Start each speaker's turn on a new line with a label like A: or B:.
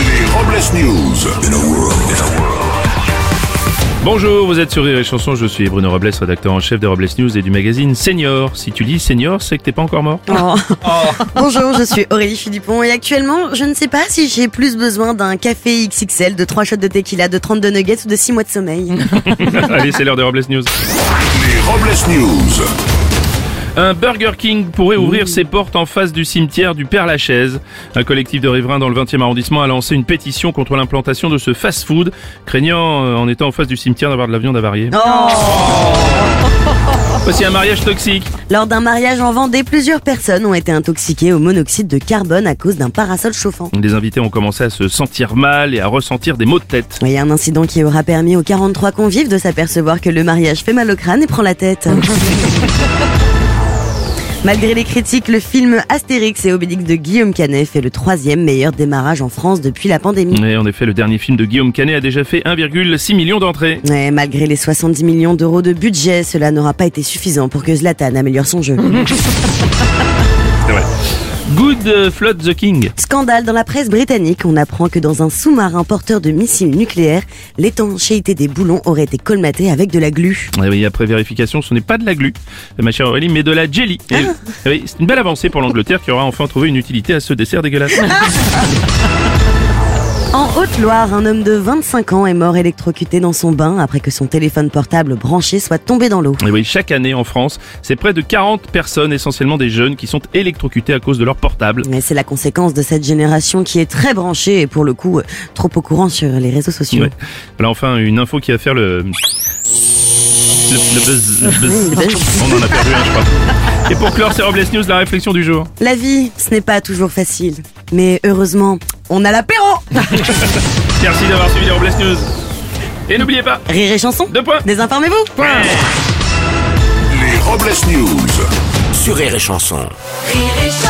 A: Flash News. In a world.
B: Bonjour, vous êtes sur Rire et Chanson, je suis Bruno Robles, rédacteur en chef de Robles News et du magazine Senior. Si tu lis Senior, c'est que t'es pas encore mort.
C: Oh. Bonjour, je suis Aurélie Philippon et actuellement, je ne sais pas si j'ai plus besoin d'un café XXL, de 3 shots de tequila, de 32 nuggets ou de 6 mois de sommeil.
B: Allez, c'est l'heure de Robles News.
A: Les Robles News.
B: Un Burger King pourrait ouvrir ses portes en face du cimetière du Père Lachaise. Un collectif de riverains dans le 20e arrondissement a lancé une pétition contre l'implantation de ce fast-food, craignant, euh, en étant en face du cimetière, d'avoir de la viande
C: Oh.
B: avariée. Voici un mariage toxique.
C: Lors d'un mariage en Vendée, plusieurs personnes ont été intoxiquées au monoxyde de carbone à cause d'un parasol chauffant.
B: Les invités ont commencé à se sentir mal et à ressentir des maux de tête.
C: Il y a un incident qui aura permis aux 43 convives de s'apercevoir que le mariage fait mal au crâne et prend la tête. Malgré les critiques, le film Astérix et Obélix de Guillaume Canet fait le troisième meilleur démarrage en France depuis la pandémie.
B: Et en effet, le dernier film de Guillaume Canet a déjà fait 1,6 million d'entrées.
C: Ouais, malgré les 70 millions d'euros de budget, cela n'aura pas été suffisant pour que Zlatan améliore son jeu.
B: Good euh, Flood the King.
C: Scandale dans la presse britannique, on apprend que dans un sous-marin porteur de missiles nucléaires, l'étanchéité des boulons aurait été colmatée avec de la glu.
B: Eh oui, après vérification, ce n'est pas de la glu, ma chère Aurélie, mais de la jelly. Eh oui, eh oui, c'est une belle avancée pour l'Angleterre qui aura enfin trouvé une utilité à ce dessert dégueulasse.
C: En Haute-Loire, un homme de 25 ans est mort électrocuté dans son bain après que son téléphone portable branché soit tombé dans l'eau.
B: Eh oui, chaque année en France, c'est près de 40 personnes, essentiellement des jeunes, qui sont électrocutées à cause de leur portable.
C: Mais c'est la conséquence de cette génération qui est très branchée et pour le coup euh, trop au courant sur les réseaux sociaux.
B: Ouais. Voilà enfin une info qui va faire le... Le, le buzz, le buzz. On en a perdu un, je crois. Et pour clore, c'est Robles News, la réflexion du jour.
C: La vie, ce n'est pas toujours facile. Mais heureusement, on a l'apéro
B: Merci d'avoir suivi les Robles News. Et n'oubliez pas,
C: Rire et chanson
B: deux points.
C: Désinformez-vous
A: Les Robles News.
D: sur Rire et Chanson.
E: Rire et chanson.